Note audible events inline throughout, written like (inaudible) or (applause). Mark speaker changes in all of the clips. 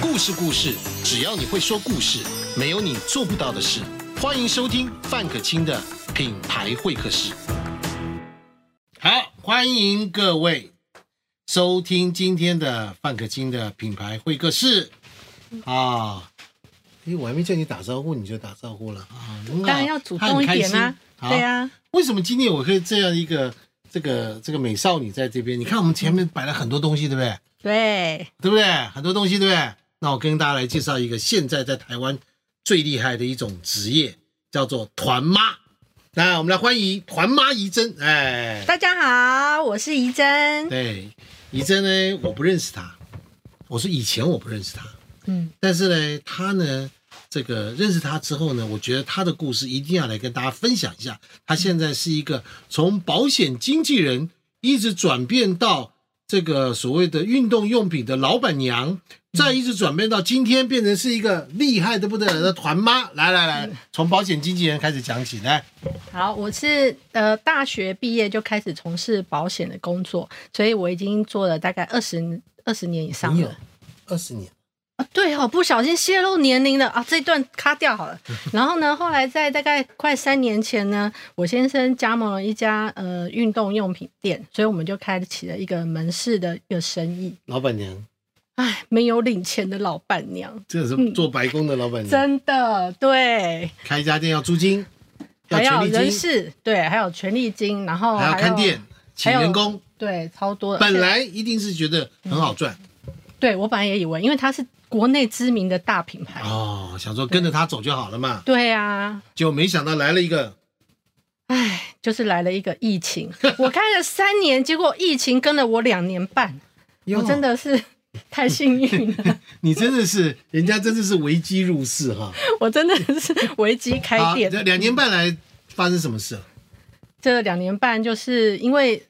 Speaker 1: 故事故事，只要你会说故事，没有你做不到的事。欢迎收听范可清的品牌会客室。好，欢迎各位收听今天的范可清的品牌会客室。啊，哎，我还没叫你打招呼，你就打招呼了啊！很好
Speaker 2: 嗯当然要主动一点啊，
Speaker 1: 他很开心
Speaker 2: 对啊，
Speaker 1: 为什么今天我会这样一个这个这个美少女在这边？你看我们前面摆了很多东西，对不对？
Speaker 2: 对，
Speaker 1: 对不对？很多东西，对不对？那我跟大家来介绍一个现在在台湾最厉害的一种职业，叫做团妈。那我们来欢迎团妈怡珍，哎，
Speaker 2: 大家好，我是怡珍，
Speaker 1: 对，怡珍呢，我不认识她，我说以前我不认识她，
Speaker 2: 嗯，
Speaker 1: 但是呢，她呢，这个认识她之后呢，我觉得她的故事一定要来跟大家分享一下。她现在是一个从保险经纪人一直转变到这个所谓的运动用品的老板娘，再一直转变到今天变成是一个厉害的不得了的团妈。来来
Speaker 2: 嗯
Speaker 1: 来，从保险经纪人开始讲起，来，
Speaker 2: 好，我是呃大学毕业就开始从事保险的工作，所以我已经做了大概二十二十年以上
Speaker 1: 你有
Speaker 2: 了。
Speaker 1: 二十年，
Speaker 2: 啊，对哦，不小心泄露年龄了啊，这一段卡掉好
Speaker 1: (laughs)
Speaker 2: 了。然后呢，后来在大概快三年前呢，我先生加盟了一家呃运动用品店，所以我们就开启了一个门市的一个生意。
Speaker 1: 老板娘，
Speaker 2: 唉，没有领钱的老板娘，
Speaker 1: 这是做白工的老板娘，
Speaker 2: 嗯真的对。
Speaker 1: 开一家店要租金，
Speaker 2: 还
Speaker 1: 权
Speaker 2: 要
Speaker 1: 利
Speaker 2: 人
Speaker 1: 金。
Speaker 2: 事，哦对，还有权利金，然后
Speaker 1: 还要看店，请员工，
Speaker 2: 对，超多 (laughs) 的。
Speaker 1: 本
Speaker 2: 而且
Speaker 1: 来一定是觉得很好赚
Speaker 2: 对我本来也以为，因为它是国内知名的大品牌，
Speaker 1: 哦，想说跟着他走就好了嘛，
Speaker 2: 对啊，
Speaker 1: 结果没想到来了一个，
Speaker 2: 唉，就是来了一个疫
Speaker 1: (laughs)
Speaker 2: 情，我开了三年，结果疫情跟了我两年半，我真，的是太幸
Speaker 1: (laughs)
Speaker 2: 运了，
Speaker 1: 你真的是人家真的是危机入市哈，
Speaker 2: 我真的是危机开
Speaker 1: 好，
Speaker 2: 店。
Speaker 1: 这两年半来发生什么事啊了？
Speaker 2: 这两年半就是因为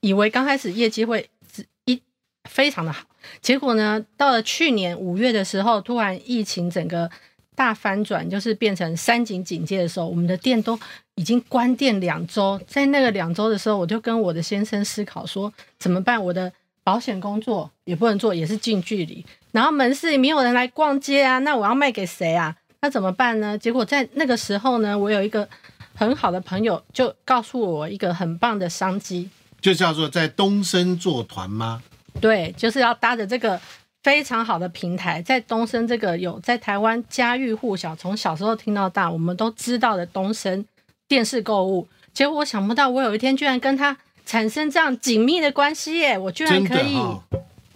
Speaker 2: 以为刚开始业绩会只一非常的好，结果呢，到了去年五月的时候，突然疫情整个大翻转，就是变成三级警戒的时候，我们的店都已经关店两周。在那个两周的时候，我就跟我的先生思考说怎么办，我的保险工作也不能做，也是近距离，然后门市也没有人来逛街啊，那我要卖给谁啊？那怎么办呢？结果在那个时候呢，我有一个很好的朋友就告诉我一个很棒的商机，
Speaker 1: 就叫做在东升做团妈，
Speaker 2: 对，就是要搭着这个非常好的平台，在东升这个有在台湾家喻户晓，从小时候听到大，我们都知道的东升电视购物。结果我想不到，我有一天居然跟他产生这样紧密的关系耶！我居然
Speaker 1: 真
Speaker 2: 可
Speaker 1: 的
Speaker 2: 以，
Speaker 1: 哈，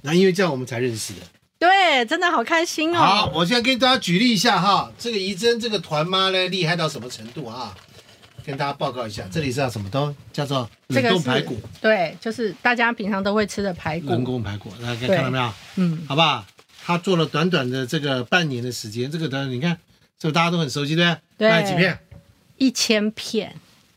Speaker 1: 那因为这样我们才认识的。
Speaker 2: 对，真的好开心
Speaker 1: 好
Speaker 2: 哦。，
Speaker 1: 我现在跟大家举例一下哈，这个怡珍这个团妈呢厉害到什么程度啊？跟大家报告一下，这里是要什么都叫做
Speaker 2: 这
Speaker 1: 冷
Speaker 2: 个
Speaker 1: 冻
Speaker 2: 是
Speaker 1: 排骨，，
Speaker 2: 对，就是大家平常都会吃的排
Speaker 1: 人
Speaker 2: 骨，
Speaker 1: 工排骨，大家
Speaker 2: 对
Speaker 1: 看到没有？
Speaker 2: 嗯，
Speaker 1: 好不好？他做了短短的这个半年的时间，这个短你看，是不是大家都很熟悉，对不
Speaker 2: 对
Speaker 1: 卖几片？
Speaker 2: 一千片， (laughs)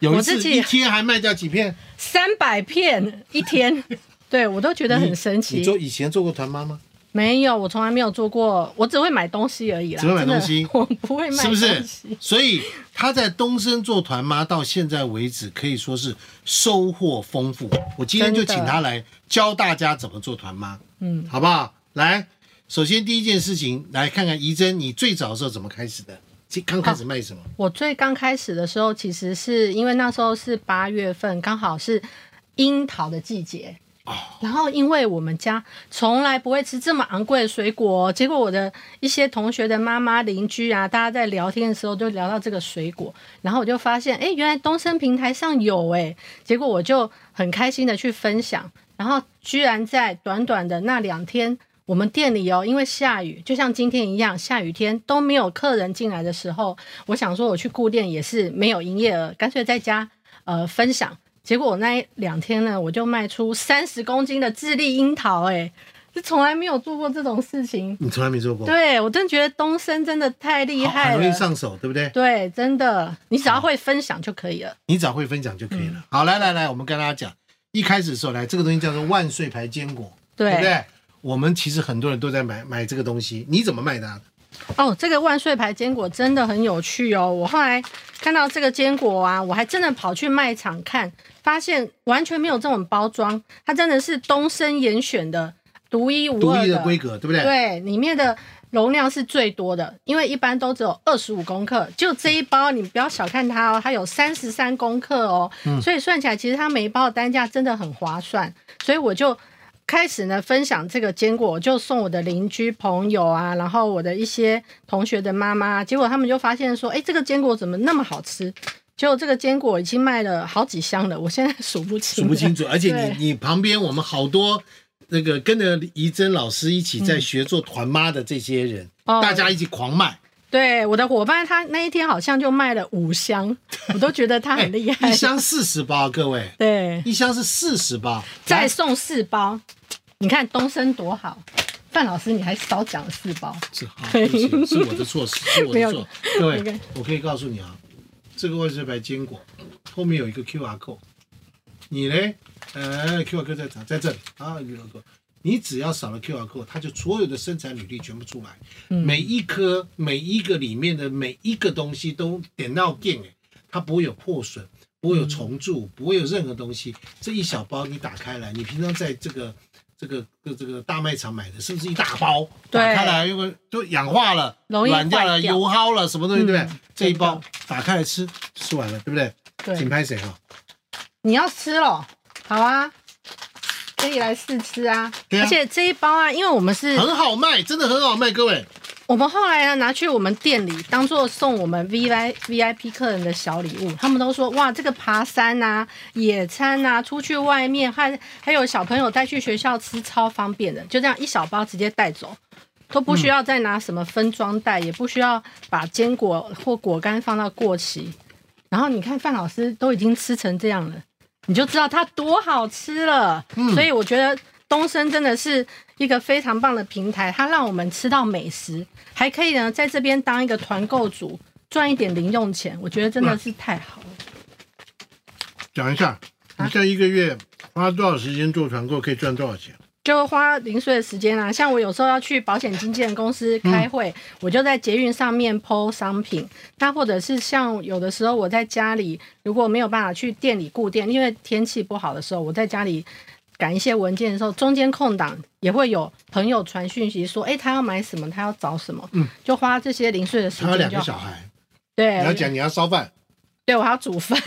Speaker 1: 有一
Speaker 2: 我
Speaker 1: 次
Speaker 2: 自己
Speaker 1: 一天还卖掉几片？
Speaker 2: 三百片一
Speaker 1: (laughs)
Speaker 2: 天，对我都觉得很神奇。
Speaker 1: 你做以前做过团妈吗？
Speaker 2: 没有，我从来没有做过，我只会买东西而已啦。
Speaker 1: 只会买东西
Speaker 2: 真的 (laughs) 我不会卖
Speaker 1: 是
Speaker 2: 东
Speaker 1: 不
Speaker 2: 西，
Speaker 1: 是？所以他在东升做团妈到现在为止，可以说是收获丰富。我今天就
Speaker 2: 真的
Speaker 1: 请他来教大家怎么做团妈，
Speaker 2: 嗯，
Speaker 1: 好不好？来，首先第一件事情，来看看怡珍，你最早的时候怎么开始的？最刚开始
Speaker 2: 哦
Speaker 1: 卖什么？
Speaker 2: 我最刚开始的时候，其实是因为那时候是八月份，刚好是樱桃的季节。
Speaker 1: 哦
Speaker 2: 然后，因为我们家从来不会吃这么昂贵的水果、结果我的一些同学的妈妈、邻居啊，大家在聊天的时候就聊到这个水果，然后我就发现，哎，原来东升平台上有哎、结果我就很开心的去分享，然后居然在短短的那两天，我们店里哦，因为下雨，就像今天一样，下雨天都没有客人进来的时候，我想说我去顾店也是没有营业额，干脆在家呃分享。结果我那一两天呢，我就卖出 (laughs) 三十公斤的智利樱桃、哎，是从来没有做过这种事情。
Speaker 1: 你从来没做过，
Speaker 2: 对我真觉得东升真的太厉
Speaker 1: 好
Speaker 2: 害
Speaker 1: 很容易
Speaker 2: 了，
Speaker 1: 上手，对不对？
Speaker 2: 对，真的，你只要会分享就可以了。
Speaker 1: 你只要会分享就可
Speaker 2: 嗯
Speaker 1: 以了。好，来来来，我们跟大家讲，一开始的时候，来这个东西叫做万岁牌坚果，
Speaker 2: 对
Speaker 1: 不对？我们其实很多人都在买买这个东西，你怎么卖它的？啊
Speaker 2: 哦，这个万岁牌坚果真的很有趣哦！我后来看到这个坚果啊，我还真的跑去卖场看，发现完全没有这种包装，它真的是东升严选的独一无
Speaker 1: 独
Speaker 2: 二
Speaker 1: 一的规格，对不对？
Speaker 2: 对，里面的容量是最多的，因为一般都只有二十五公克，就这一包，你不要小看它哦，它有三十三公克哦，
Speaker 1: 嗯
Speaker 2: 所以算起来，其实它每一包的单价真的很划算，所以我就。开始呢，分享这个坚果，我就送我的邻居朋友啊，然后我的一些同学的妈妈，结果他们就发现说，哎，这个坚果怎么那么好吃？结果这个坚果已经卖了好几箱了，我现在数不清，
Speaker 1: 数不清楚。而且
Speaker 2: 对
Speaker 1: 你你旁边我们好多那个跟着怡珍老师一起在学做团妈的这些人，
Speaker 2: 哦
Speaker 1: 大家一起狂卖，
Speaker 2: 对，我的伙伴他那一天好像就卖了五箱，我都觉得他很厉害。
Speaker 1: 哎一箱四十包，各位，
Speaker 2: 对，
Speaker 1: 一箱是四十包，
Speaker 2: 再
Speaker 1: 来
Speaker 2: 送四包，你看东升多好。范老师，你还少讲了四包，
Speaker 1: 是好，对不起是我的错，
Speaker 2: (laughs)
Speaker 1: 是是我
Speaker 2: 没
Speaker 1: 的
Speaker 2: 有
Speaker 1: 错。各
Speaker 2: 没
Speaker 1: 位
Speaker 2: 关系，
Speaker 1: 我可以告诉你啊，这个万岁牌坚果后面有一个 QR code，你呢？呃，QR code 在哪？在这里啊，QR code。你只要扫了 QR code，它就所有的生产履历全部出来，
Speaker 2: 嗯
Speaker 1: 每一颗、每一个里面的每一个东西都点到电哎，它不会有破损，不
Speaker 2: 嗯
Speaker 1: 会有虫蛀，不会有任何东西。这一小包你打开来，你平常在这个这个这个这个大卖场买的，是不是一大包？
Speaker 2: 对
Speaker 1: 打开来因为就氧化了、
Speaker 2: 容易
Speaker 1: 软掉了、
Speaker 2: 坏掉
Speaker 1: 油耗了，什么东西对不对
Speaker 2: 嗯？
Speaker 1: 这一包打开来吃，吃完了对不对？
Speaker 2: 对
Speaker 1: 请拍谁啊？
Speaker 2: 你要吃咯，好啊，可以来试吃啊。
Speaker 1: 对啊
Speaker 2: 而且这一包啊，因为我们是
Speaker 1: 很好卖，真的很好卖，各位。
Speaker 2: 我们后来呢拿去我们店里当做送我们 V I V I P 客人的小礼物，他们都说哇，这个爬山啊、野餐啊、出去外面，还还有小朋友带去学校吃，超方便的，就这样一小包直接带走，都不需要再拿什么分装袋，也不需要把坚果或果干放到过期。然后你看范老师都已经吃成这样了，你就知道它多好吃了。所以我觉得东升真的是一个非常棒的平台，它让我们吃到美食，还可以呢在这边当一个团购组赚一点零用钱，我觉得真的是太好了。
Speaker 1: 讲一下，
Speaker 2: 啊
Speaker 1: 你这一个月花多少时间做团购，可以赚多少钱？
Speaker 2: 就花零碎的时间啊，像我有时候要去保险经纪人公司开会，
Speaker 1: 嗯
Speaker 2: 我就在捷运上面剖商品。那或者是像有的时候我在家里，如果没有办法去店里顾店，因为天气不好的时候，我在家里赶一些文件的时候，中间空档也会有朋友传讯息说，哎、他要买什么，他要找什么，
Speaker 1: 嗯
Speaker 2: 就花这些零碎的时
Speaker 1: 他有
Speaker 2: 间
Speaker 1: 两
Speaker 2: 就
Speaker 1: 个小
Speaker 2: 好。
Speaker 1: 孩，
Speaker 2: 对
Speaker 1: 你，要讲你要烧饭，
Speaker 2: 对我还要煮饭，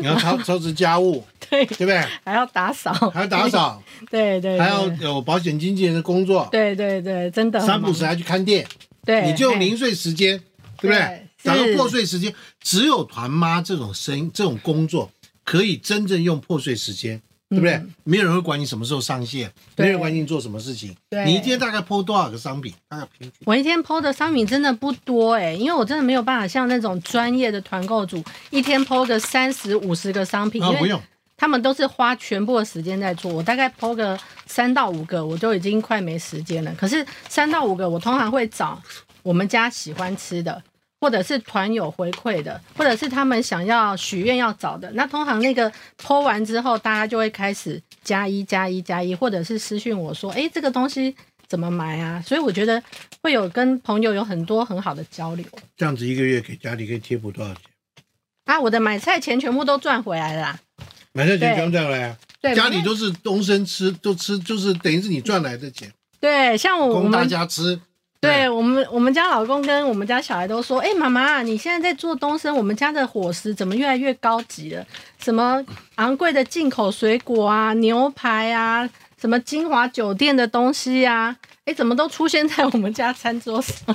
Speaker 1: 你要
Speaker 2: (laughs)
Speaker 1: 操操持家务，
Speaker 2: 哎对，
Speaker 1: 对不对？
Speaker 2: 还要打扫，
Speaker 1: 还要打，扫，
Speaker 2: (laughs) 对对，对
Speaker 1: 还要有保险经纪人的工作，
Speaker 2: 对对对，真的很
Speaker 1: 三不
Speaker 2: 忙
Speaker 1: 五时还去看店，
Speaker 2: 对，
Speaker 1: 你就用
Speaker 2: 哎
Speaker 1: 零碎时间，对不对
Speaker 2: 对？
Speaker 1: 然后
Speaker 2: 是
Speaker 1: 破碎时间，只有团妈这种生这种工作，可以真正用破碎时间，对不对？没有人会管你什么时候上线，
Speaker 2: 嗯对
Speaker 1: 没有人管你做什么事情。
Speaker 2: 对
Speaker 1: 你一天大概剖多少个商品？大概平均
Speaker 2: 我一天剖的商品真的不多哎、因为我真的没有办法像那种专业的团购组一天剖个三十五十个商品，
Speaker 1: 啊，不
Speaker 2: 因为
Speaker 1: 用。
Speaker 2: 他们都是花全部的时间在做。我大概剖个三到五个，我就已经快没时间了。可是三到五个，我通常会找我们家喜欢吃的，或者是团友回馈的，或者是他们想要许愿要找的。那通常那个剖完之后，大家就会开始加一加一加一，或者是私讯我说：“哎，这个东西怎么买啊？”所以我觉得会有跟朋友有很多很好的交流
Speaker 1: 这样子一个月给家里可以贴补多少钱？
Speaker 2: 啊。我的买菜钱全部都赚回来了啦。
Speaker 1: 买下钱
Speaker 2: 对
Speaker 1: 全部带回来啊！
Speaker 2: 对，
Speaker 1: 家里都是终身吃，都吃就是等于是你赚来的钱，
Speaker 2: 对，像我我
Speaker 1: 供大
Speaker 2: 们
Speaker 1: 家吃。
Speaker 2: 对
Speaker 1: 嗯
Speaker 2: 我们，我们家老公跟我们家小孩都说：“哎、妈妈，你现在在做东升，我们家的伙食怎么越来越高级了？什么昂贵的进口水果啊，牛排啊，什么金华酒店的东西啊， (laughs) 哎、怎么都出现在我们家餐桌上？”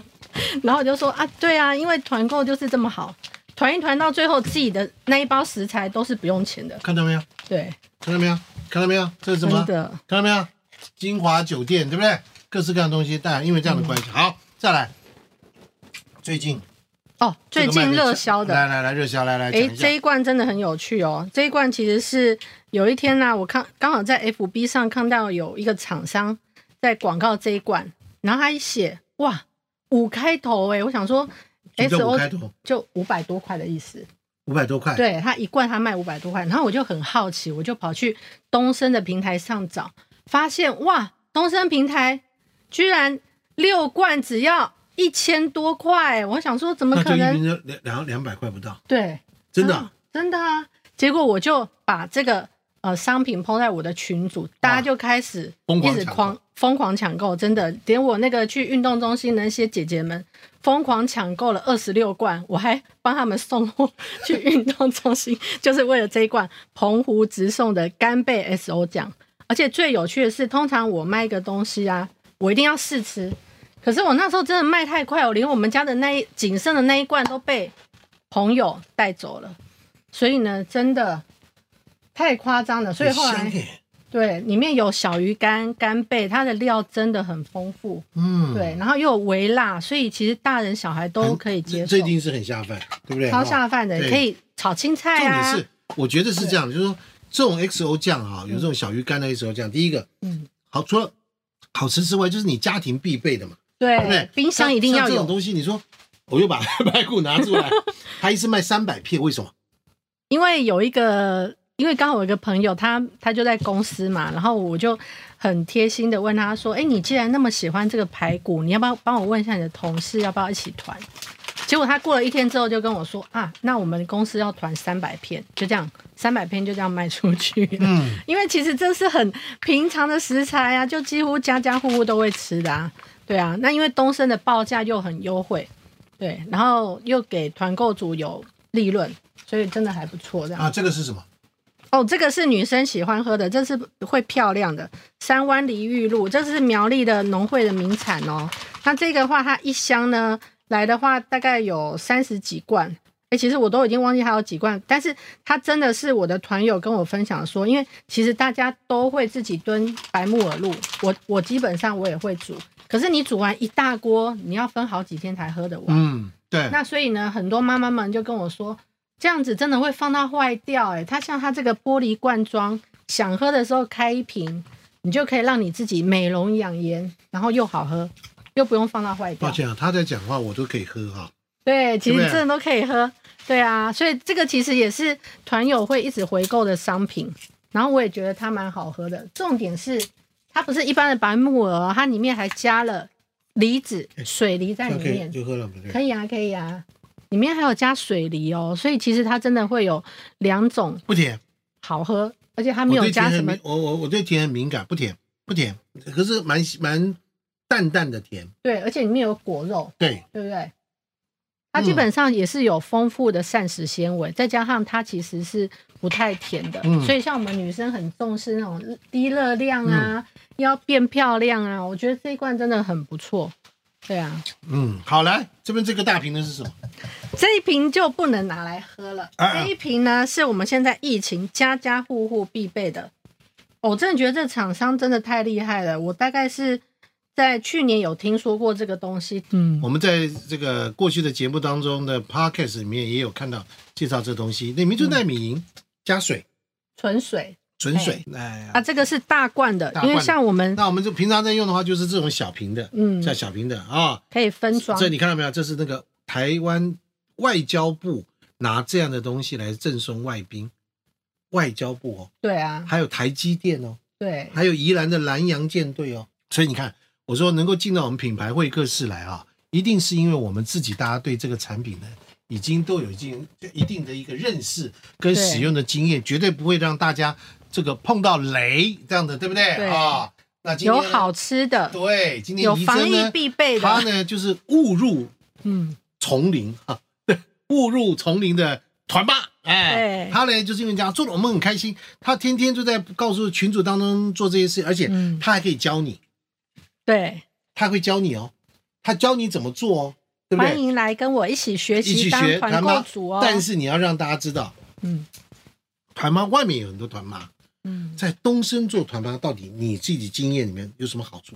Speaker 2: 然后我就说：“啊，对啊，因为团购就是这么好，团一团到最后，自己的那一包食材都是不用钱的。
Speaker 1: 看到没有？
Speaker 2: 对，
Speaker 1: 看到没有？看到没有？这是什
Speaker 2: 真
Speaker 1: 么？
Speaker 2: 的，
Speaker 1: 看到没有？金华酒店，对不对？各式各样的东西，但因为这样的关系，
Speaker 2: 嗯
Speaker 1: 好，再来。最近
Speaker 2: 哦，最
Speaker 1: 这个卖
Speaker 2: 近
Speaker 1: 得
Speaker 2: 热销的，哎
Speaker 1: 来来来，热销，来来讲
Speaker 2: 诶，
Speaker 1: 一下
Speaker 2: 这。一罐真的很有趣哦。这一罐其实是有一天呢、我看刚好在 FB 上看到有一个厂商在广告这一罐，然后他一写哇五开头诶，我想说
Speaker 1: 一
Speaker 2: S
Speaker 1: 个五
Speaker 2: O
Speaker 1: 开头，哎
Speaker 2: 就五百多块的意思。
Speaker 1: 五百多块。，
Speaker 2: 对他一罐他卖五百多块，然后我就很好奇，我就跑去东升的平台上找，发现哇，东升平台居然六罐只要一千多块，我想说怎么
Speaker 1: 那就
Speaker 2: 可
Speaker 1: 一
Speaker 2: 能？嗯
Speaker 1: 瓶就两两两百块不到，
Speaker 2: 对，
Speaker 1: 真的
Speaker 2: 然后
Speaker 1: 啊。
Speaker 2: 真的啊！结果我就把这个呃商品抛在我的群组，大家就开始
Speaker 1: 疯
Speaker 2: 一
Speaker 1: 狂
Speaker 2: 直
Speaker 1: 抢购
Speaker 2: 狂疯狂抢购，真的，连我那个去运动中心的那些姐姐们疯狂抢购了二十六罐，我还帮他们送货去运动中心， (laughs) 就是为了这一罐澎湖直送的干贝 SO 酱。而且最有趣的是，通常我卖一个东西啊，我一定要试吃。可是我那时候真的卖太快，我哦连我们家的那一仅剩的那一罐都被朋友带走了，所以呢，真的太夸张了。所以后
Speaker 1: 很
Speaker 2: 来
Speaker 1: 香欸耶
Speaker 2: 对里面有小鱼干、干贝，它的料真的很丰富，
Speaker 1: 嗯，
Speaker 2: 对，然后又有微辣，所以其实大人小孩都可以接
Speaker 1: 这
Speaker 2: 受
Speaker 1: 一，定是很下饭，对不对？
Speaker 2: 超
Speaker 1: 哈
Speaker 2: 下饭的，
Speaker 1: 对
Speaker 2: 可以炒青菜
Speaker 1: 重点
Speaker 2: 啊，
Speaker 1: 是，我觉得是这样，就是说这种 XO 酱哈，有这种小鱼干的 XO 酱，第一个，
Speaker 2: 嗯，
Speaker 1: 好，除了好吃之外，就是你家庭必备的嘛，对不对
Speaker 2: 对，？冰箱一定
Speaker 1: 像
Speaker 2: 要
Speaker 1: 像这种
Speaker 2: 有，
Speaker 1: 东西，你说我又把 (laughs) 排骨拿出
Speaker 2: (laughs)
Speaker 1: 来，他一次卖三百片，为什么？
Speaker 2: 因为有一个，因为刚好有一个朋友，他他就在公司嘛，然后我就很贴心的问他说：“哎，你既然那么喜欢这个排骨，你要不要帮我问一下你的同事要不要一起团？”结果他过了一天之后就跟我说：“啊，那我们公司要团三百片，就这样，三百片就这样卖出去。”
Speaker 1: 嗯，
Speaker 2: (laughs) 因为其实这是很平常的食材啊，就几乎家家户户都会吃的啊。对啊，那因为东升的报价又很优惠，对，然后又给团购组有利润，所以真的还不错这样。
Speaker 1: 啊，这个是什么？
Speaker 2: 哦，这个是女生喜欢喝的，这是会漂亮的三湾梨玉露，这是苗栗的农会的名产哦。那这个的话，它一箱呢来的话，大概有三十几罐。哎、其实我都已经忘记还有几罐，但是它真的是我的团友跟我分享说，因为其实大家都会自己炖白木耳露，我我基本上我也会煮，可是你煮完一大锅，你要分好几天才喝得完。
Speaker 1: 嗯， (laughs) 对，
Speaker 2: 那所以呢，很多妈妈们就跟我说，这样子真的会放到坏掉、欸。哎，它像它这个玻璃罐装，想喝的时候开一瓶，你就可以让你自己美容养颜，然后又好喝，又不用放到坏掉
Speaker 1: 抱。歉啊，他在讲话我都可以喝哈。
Speaker 2: 对，其实
Speaker 1: 对不对
Speaker 2: 真的都可以喝。对啊，所以这个其实也是团友会一直回购的商品。然后我也觉得它蛮好喝的，重点是它不是一般的白木耳哦，它里面还加了梨子、
Speaker 1: 哎
Speaker 2: 水梨在
Speaker 1: 就
Speaker 2: 里
Speaker 1: 可以
Speaker 2: 面。
Speaker 1: 就喝了，对
Speaker 2: 可以啊，可以啊，里面还有加水梨哦，所以其实它真的会有两种
Speaker 1: 不甜，
Speaker 2: 好喝，而且它
Speaker 1: 我
Speaker 2: 没有
Speaker 1: 对
Speaker 2: 加
Speaker 1: 甜
Speaker 2: 什
Speaker 1: 很
Speaker 2: 么
Speaker 1: 敏，，我我我对甜很敏感，不甜不甜，可是蛮蛮淡淡的甜，
Speaker 2: 对，而且里面有果肉，
Speaker 1: 对，
Speaker 2: 对不对？
Speaker 1: 嗯
Speaker 2: 它基本上也是有丰富的膳食纤维，再加上它其实是不太甜的，
Speaker 1: 嗯
Speaker 2: 所以像我们女生很重视那种低热量啊，
Speaker 1: 嗯
Speaker 2: 要变漂亮啊，我觉得这一罐真的很不错。对啊，
Speaker 1: 嗯，好来，这边这个大瓶的是什么？
Speaker 2: 这一瓶就不能拿来喝了。
Speaker 1: 啊啊
Speaker 2: 这一瓶呢，是我们现在疫情家家户户必备的。哦我真的觉得这厂商真的太厉害了。我大概是在去年有听说过这个东西，嗯，
Speaker 1: 我们在这个过去的节目当中的 podcast 里面也有看到介绍这东西，里面就带米银加水，
Speaker 2: 纯水
Speaker 1: 纯水。哎呀
Speaker 2: 啊，这个是大罐的，
Speaker 1: 大罐的
Speaker 2: 因为像我们
Speaker 1: 那我们就平常在用的话，就是这种小瓶的，
Speaker 2: 嗯
Speaker 1: 像小瓶的啊。
Speaker 2: 可以分装
Speaker 1: 这你看到没有？这是那个台湾外交部拿这样的东西来赠送外宾，外交部哦，
Speaker 2: 对啊，
Speaker 1: 还有台积电哦，
Speaker 2: 对，
Speaker 1: 还有宜兰的南洋舰队哦。所以你看，我说能够进到我们品牌会客室来啊，一定是因为我们自己大家对这个产品呢，已经都有一定一定的一个认识跟
Speaker 2: 对
Speaker 1: 使用的经验，绝对不会让大家这个碰到雷这样的，对不对
Speaker 2: 对
Speaker 1: 啊？那今天
Speaker 2: 有
Speaker 1: 呢
Speaker 2: 好吃的，
Speaker 1: 对，今天
Speaker 2: 有
Speaker 1: 怡
Speaker 2: 防
Speaker 1: 珍
Speaker 2: 疫
Speaker 1: 呢，
Speaker 2: 必备
Speaker 1: 他
Speaker 2: 的，
Speaker 1: 呢就是误入
Speaker 2: 嗯，
Speaker 1: 丛林 (laughs) 啊，误入丛林的团霸。哎
Speaker 2: 对，
Speaker 1: 他呢就是因为这样做的，我们很开心。他天天就在告诉群组当中做这些事，而且
Speaker 2: 嗯
Speaker 1: 他还可以教你，
Speaker 2: 对，
Speaker 1: 他会教你哦，他教你怎么做哦，对不
Speaker 2: 欢
Speaker 1: 对？
Speaker 2: 迎来跟我一起学
Speaker 1: 一
Speaker 2: 习
Speaker 1: 起
Speaker 2: 当
Speaker 1: 学
Speaker 2: 团
Speaker 1: 团
Speaker 2: 购
Speaker 1: 妈
Speaker 2: 主哦，，
Speaker 1: 但是你要让大家知道，
Speaker 2: 嗯
Speaker 1: 团妈外面有很多团妈，
Speaker 2: 嗯。
Speaker 1: 在东升做团妈，到底你自己经验里面有什么好处？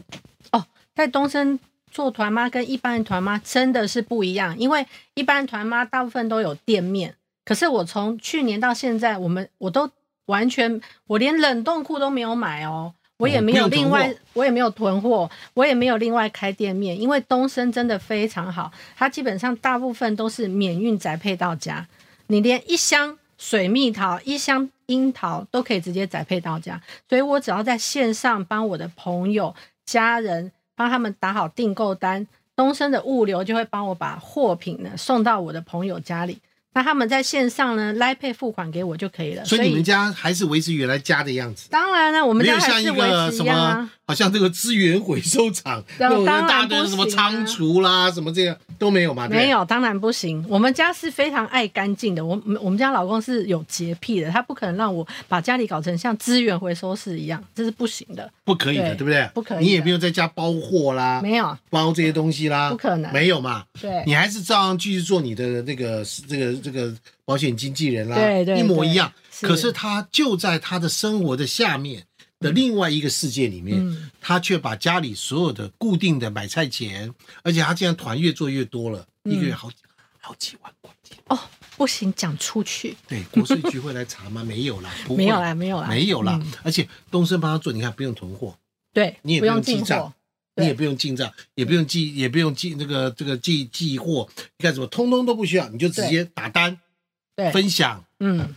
Speaker 2: 哦，在东升做团妈跟一般的团妈真的是不一样，因为一般团妈大部分都有店面，可是我从去年到现在，我们我都完全，我连冷冻库都没有买哦。我也
Speaker 1: 哦
Speaker 2: 没
Speaker 1: 不
Speaker 2: 有
Speaker 1: 用囤
Speaker 2: 另外，
Speaker 1: 货
Speaker 2: 我也没有囤货，我也没有另外开店面，因为东升真的非常好，它基本上大部分都是免运宅配到家，你连一箱水蜜桃、一箱樱桃都可以直接宅配到家，所以我只要在线上帮我的朋友、家人帮他们打好订购单，东升的物流就会帮我把货品呢送到我的朋友家里。那他们在线上呢，Line Pay 付款给我就可以了。
Speaker 1: 所以你们
Speaker 2: 以
Speaker 1: 家还是维持原来家的样子。
Speaker 2: 当然了，我们
Speaker 1: 没有
Speaker 2: 家还
Speaker 1: 像一
Speaker 2: 是维
Speaker 1: 个
Speaker 2: 持
Speaker 1: 什
Speaker 2: 一样
Speaker 1: 么
Speaker 2: 啊。，
Speaker 1: 好像这个资源回收厂
Speaker 2: 对啊
Speaker 1: 那种
Speaker 2: 当然
Speaker 1: 大
Speaker 2: 不
Speaker 1: 的什么
Speaker 2: 行啊
Speaker 1: 仓储啦，什么这样都没有嘛？对不对
Speaker 2: 没，有，当然不行。我们家是非常爱干净的，我我们家老公是有洁癖的，他不可能让我把家里搞成像资源回收室一样，这是不行的。
Speaker 1: 不可以的，
Speaker 2: 对
Speaker 1: 对不对？
Speaker 2: 不可以的
Speaker 1: 你也没有在家包货啦，
Speaker 2: 没有，
Speaker 1: 包这些东西啦，
Speaker 2: 不可能
Speaker 1: 没有嘛？
Speaker 2: 对
Speaker 1: 你还是照样继续做你的那个这个这个保险经纪人啦，
Speaker 2: 对对
Speaker 1: 一模一样。
Speaker 2: 对是
Speaker 1: 可是他就在他的生活的下面的另外一个世界里面，
Speaker 2: 嗯
Speaker 1: 他却把家里所有的固定的买菜钱，而且他竟然团越做越多了，一
Speaker 2: 嗯
Speaker 1: 个月好几好几万块钱。
Speaker 2: 哦，不行，讲出去
Speaker 1: 对，国税局会来查吗？ (laughs) 没有啦，不会
Speaker 2: 没有啦，没有啦，
Speaker 1: 没有啦
Speaker 2: 嗯。
Speaker 1: 而且东升帮他做，你看不用囤货，
Speaker 2: 对，
Speaker 1: 你也
Speaker 2: 不
Speaker 1: 不
Speaker 2: 用
Speaker 1: 用记
Speaker 2: 进
Speaker 1: 账
Speaker 2: 货，
Speaker 1: 你
Speaker 2: 对
Speaker 1: 也不用进账，也不用记，也不用记那个这个记记货，你干什么，通通都不需要，你就直接打单
Speaker 2: 对，
Speaker 1: 分享。
Speaker 2: 嗯，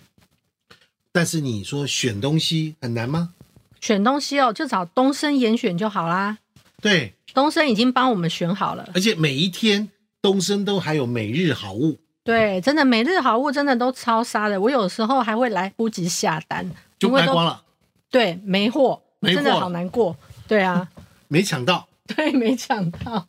Speaker 1: 但是你说选东西很难吗？
Speaker 2: 选东西哦，就找东升严选就好啦。
Speaker 1: 对，
Speaker 2: 东升已经帮我们选好了，
Speaker 1: 而且每一天东升都还有每日好物，
Speaker 2: 对，真的每日好物真的都超杀的，我有时候还会来不及下单，
Speaker 1: 就
Speaker 2: 因为
Speaker 1: 卖
Speaker 2: 都
Speaker 1: 光了，
Speaker 2: 对，没货，
Speaker 1: 没货
Speaker 2: 真的
Speaker 1: 了
Speaker 2: 好难过，对啊， (laughs)
Speaker 1: 没抢到。
Speaker 2: 对，没抢到，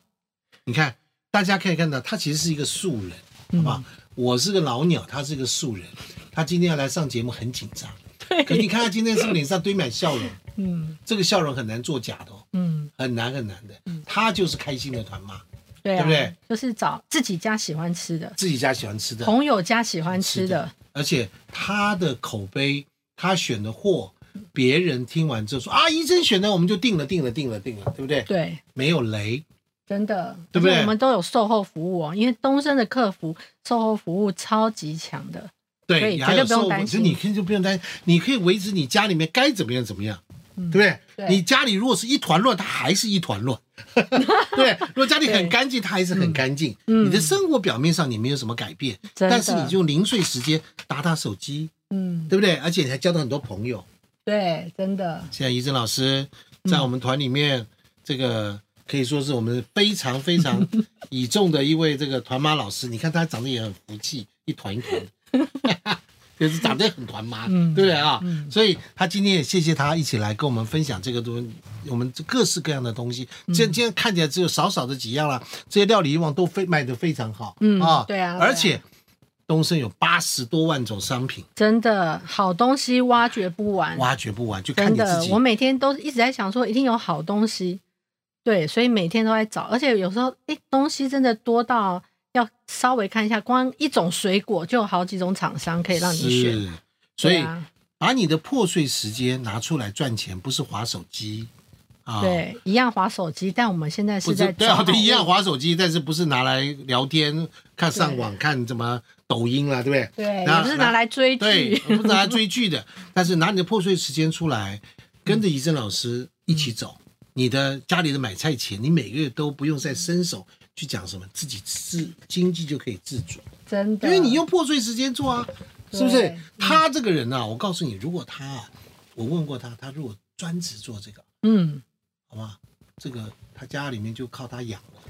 Speaker 1: 你看，大家可以看到，他其实是一个素人，好
Speaker 2: 嗯
Speaker 1: 不好？我是个老鸟，他是个素人，他今天要来上节目很紧张。对，可你看他今天是不是脸上堆满笑
Speaker 2: (laughs)
Speaker 1: 容？
Speaker 2: 嗯
Speaker 1: 这个笑容很难作假的、哦，
Speaker 2: 嗯，
Speaker 1: 很难很难的。他就是开心的团妈，
Speaker 2: 对啊，
Speaker 1: 对不对？
Speaker 2: 就是找自己家喜欢吃的，
Speaker 1: 自己家喜欢吃的，
Speaker 2: 朋友家喜欢吃的，
Speaker 1: 而且他的口碑，他选的货，别人听完之后说啊，医生选的，我们就定了，定了，定了，定了，对不对？
Speaker 2: 对，
Speaker 1: 没有雷，
Speaker 2: 真的，
Speaker 1: 对不对
Speaker 2: 而且我们都有售后服务哦，因为东升的客服售后服务超级强的，所
Speaker 1: 对，
Speaker 2: 以
Speaker 1: 你
Speaker 2: 绝
Speaker 1: 还
Speaker 2: 对
Speaker 1: 有
Speaker 2: 不用
Speaker 1: 售后，
Speaker 2: 担
Speaker 1: 就
Speaker 2: 心
Speaker 1: 你可以就不用担心，你可以维持你家里面该怎么样怎么样，对不对？
Speaker 2: 嗯对
Speaker 1: 你家里如果是一团乱，它还是一团
Speaker 2: (laughs)
Speaker 1: 乱，对。如果家里
Speaker 2: 对
Speaker 1: 很干净，它还是很干净。
Speaker 2: 嗯
Speaker 1: 你的生活表面上你没有什么改变，
Speaker 2: 真的
Speaker 1: 但是你就零碎时间打打手机，
Speaker 2: 嗯，
Speaker 1: 对不对？而且你还交到很多朋友。
Speaker 2: 对，真的，
Speaker 1: 现在怡珍老师
Speaker 2: 嗯
Speaker 1: 在我们团里面，这个可以说是我们非常非常 (laughs) 倚重的一位这个团妈老师。你看她长得也很福气，一团一团， (laughs) 就是长得很团妈，
Speaker 2: 嗯
Speaker 1: 对不对啊？
Speaker 2: 嗯
Speaker 1: 所以她今天也谢谢她一起来跟我们分享这个东西，我们各式各样的东西。
Speaker 2: 嗯
Speaker 1: 今今天看起来只有少少的几样啦，这些料理以往都非卖的非常好，
Speaker 2: 嗯
Speaker 1: 啊，
Speaker 2: 对啊对啊
Speaker 1: 而且东升有八十多万种商品，
Speaker 2: 真的好东西挖掘不完，
Speaker 1: 挖掘不完，就看
Speaker 2: 真
Speaker 1: 你自
Speaker 2: 的，
Speaker 1: 己
Speaker 2: 我。每天都一直在想说，一定有好东西，对，所以每天都在找，而且有时候，哎，东西真的多到要稍微看一下，光一种水果就有好几种厂商可以让你选，
Speaker 1: 是，所以
Speaker 2: 对啊
Speaker 1: 把你的破碎时间拿出来赚钱，不是划手机啊，，
Speaker 2: 对，一样划手机，但我们现在
Speaker 1: 不
Speaker 2: 是在
Speaker 1: 对啊，
Speaker 2: 找
Speaker 1: 对，一样划手机，但是不是拿来聊天、看上网、看什么抖音啦，对不对？
Speaker 2: 对，
Speaker 1: 拿
Speaker 2: 也不是拿来追
Speaker 1: 对，
Speaker 2: 剧，
Speaker 1: 不是拿来追剧的，但是拿你的破碎时间出来，跟着怡珍老师一起走，
Speaker 2: 嗯
Speaker 1: 你的家里的买菜钱，你每个月都不用再伸手去讲什么，自己自经济就可以自主。
Speaker 2: (laughs) 真的，
Speaker 1: 因为你用破碎时间做啊，
Speaker 2: 对嗯
Speaker 1: 是不是？他这个人啊，我告诉你，如果他啊，我问过他，他如果专职做这个，
Speaker 2: 嗯，
Speaker 1: 好吗？这个他家里面就靠他养了，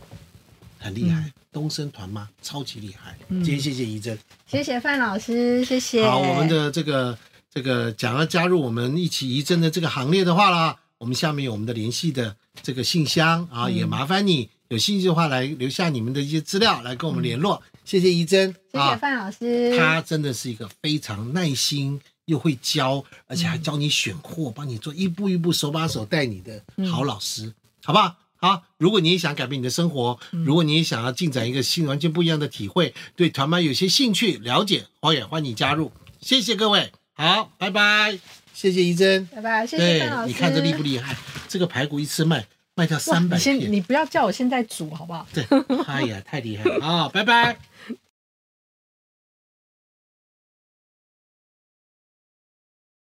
Speaker 1: 很厉
Speaker 2: 嗯
Speaker 1: 害。东升团妈超级厉害，今天谢谢怡珍。
Speaker 2: 谢谢范老师，谢嗯谢，
Speaker 1: 好，我们的这个这个想要加入我们一起怡珍的这个行列的话啦，我们下面有我们的联系的这个信箱啊，
Speaker 2: 嗯
Speaker 1: 也麻烦你有兴趣的话来留下你们的一些资料来跟我们联络。谢谢怡珍，
Speaker 2: 嗯谢谢范老师，
Speaker 1: 啊他真的是一个非常耐心又会教，而且还教你选货，帮你做一步一步手把手带你的
Speaker 2: 嗯
Speaker 1: 好老师，好不好？好，如果你也想改变你的生活，
Speaker 2: 嗯
Speaker 1: 如果你也想要进展一个新完全不一样的体会，对团妈有些兴趣了解，我也欢迎加入。谢谢各位，好，拜拜，谢谢怡珍。
Speaker 2: 拜拜，谢谢
Speaker 1: 对
Speaker 2: 范老，师，
Speaker 1: 你看这厉不厉害？这个排骨一次卖卖掉
Speaker 2: 哇
Speaker 1: 三百
Speaker 2: 你先，
Speaker 1: 片，
Speaker 2: (laughs) 你不要叫我现在煮好不好？
Speaker 1: 对，哎呀，太厉害了啊、拜拜。